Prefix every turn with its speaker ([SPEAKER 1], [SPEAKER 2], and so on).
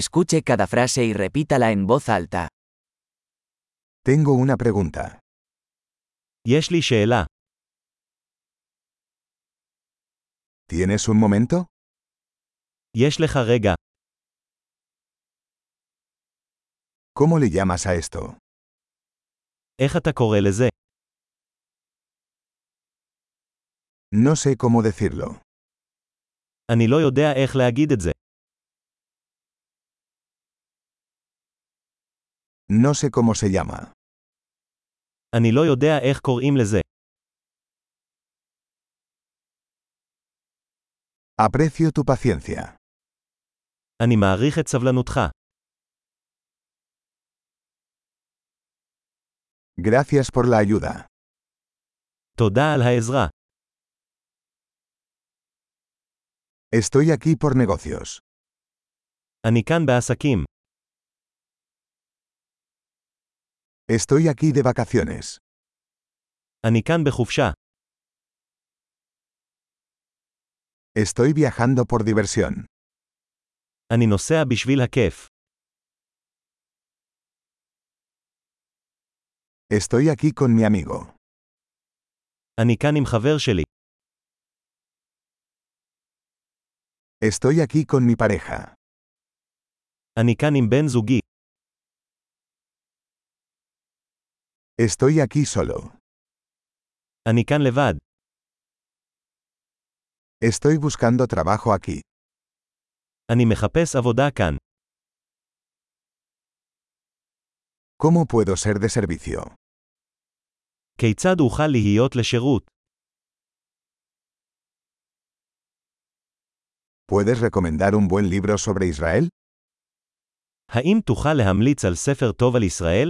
[SPEAKER 1] Escuche cada frase y repítala en voz alta.
[SPEAKER 2] Tengo una pregunta.
[SPEAKER 3] יש לי שאלה.
[SPEAKER 2] ¿Tienes un momento?
[SPEAKER 3] יש לך רגע.
[SPEAKER 2] ¿Cómo le llamas a esto?
[SPEAKER 3] איך אתה קורא לזה?
[SPEAKER 2] No sé cómo decirlo.
[SPEAKER 3] אני לא יודע איך להגיד את זה.
[SPEAKER 2] No sé cómo se llama.
[SPEAKER 3] אני לא יודע איך קוראים לזה.
[SPEAKER 2] Aprecio tu paciencia.
[SPEAKER 3] אני מעריך את סבלנותך.
[SPEAKER 2] Gracias por la ayuda.
[SPEAKER 3] תודה על העזרה.
[SPEAKER 2] Estoy aquí por negocios.
[SPEAKER 3] אני כאן בעסקים.
[SPEAKER 2] Estoy aquí de vacaciones.
[SPEAKER 3] אני כאן בחופשה.
[SPEAKER 2] Estoy viajando por diversión.
[SPEAKER 3] אני נוסע בשביל הכיף.
[SPEAKER 2] Estoy aquí con mi amigo.
[SPEAKER 3] אני כאן עם חבר שלי.
[SPEAKER 2] Estoy aquí con mi pareja.
[SPEAKER 3] אני כאן עם בן זוגי.
[SPEAKER 2] Estoy aquí solo.
[SPEAKER 3] אני כאן לבד.
[SPEAKER 2] Estoy buscando trabajo aquí.
[SPEAKER 3] אני מחפש עבודה כאן.
[SPEAKER 2] ¿Cómo puedo ser de servicio?
[SPEAKER 3] כיצד אוכל להיות לשירות?
[SPEAKER 2] ¿Puedes recomendar un buen libro sobre Israel?
[SPEAKER 3] האם תוכל להמליץ על ספר טוב על ישראל?